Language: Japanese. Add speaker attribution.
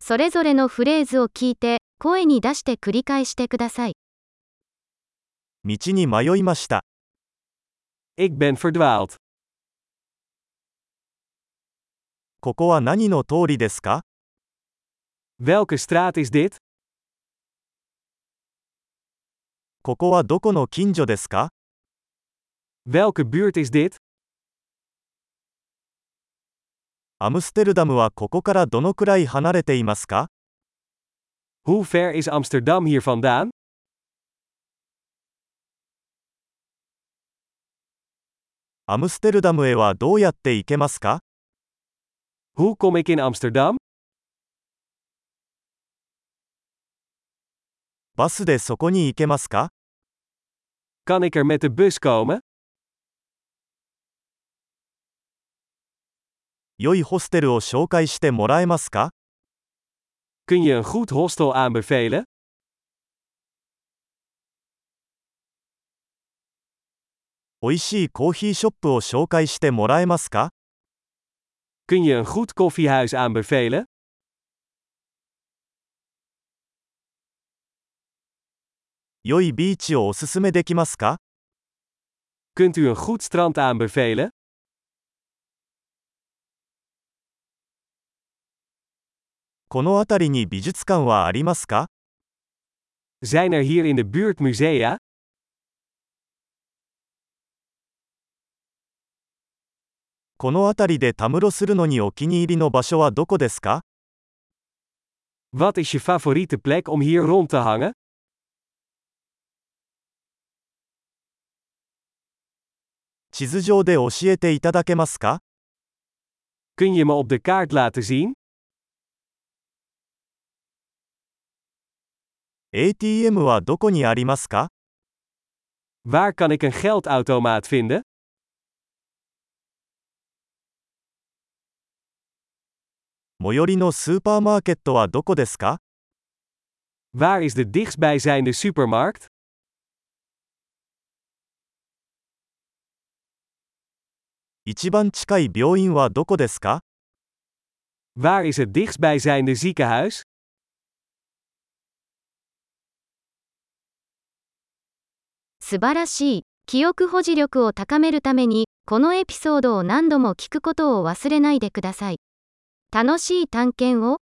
Speaker 1: それぞれのフレーズを聞いて、声に出して繰り返してください。
Speaker 2: 道に迷いました。
Speaker 3: Ik ben verdwaald.
Speaker 2: ここは何の通りですか
Speaker 3: Welke straat is dit?
Speaker 2: ここはどこの近所ですか
Speaker 3: Welke buurt is dit?
Speaker 2: アムステルダムはここからどのくらい離れていますか
Speaker 3: Hoe ver is Amsterdam hier vandaan?
Speaker 2: アムステルダムへはどうやって行けますか
Speaker 3: Hoe kom ik in Amsterdam?
Speaker 2: バスでそこに行けますか
Speaker 3: Kan ik er met de bus komen?
Speaker 2: 良いホステルを紹介してもらえますか
Speaker 3: Kun je een goed hostel aanbevelen?
Speaker 2: 美味しいコーヒーショップを紹介してもらえますか
Speaker 3: Kun je een goed koffiehuis aanbevelen?
Speaker 2: 良いビーチをおすすめできますか
Speaker 3: Kunt u een goed strand aanbevelen?
Speaker 2: この辺りに美術館はありますか
Speaker 3: Zijn er hier in de buurt musea?
Speaker 2: この辺りでたむろするのにお気に入りの場所はどこですか
Speaker 3: Wat is je favoriete plek om hier rond te hangen?
Speaker 2: 地図上で教えていただけますか
Speaker 3: Kun je me op de kaart laten zien?
Speaker 2: ATM はどこにありますか
Speaker 3: Waar kan ik een geldautomaat vinden?
Speaker 2: 最寄りのスーパーマーケットはどこですか
Speaker 3: Waar is de dichtstbijzijnde supermarkt?
Speaker 2: 一番近い病院はどこですか
Speaker 3: Waar is het dichtstbijzijnde ziekenhuis?
Speaker 1: 素晴らしい。記憶保持力を高めるために、このエピソードを何度も聞くことを忘れないでください。楽しい探検を。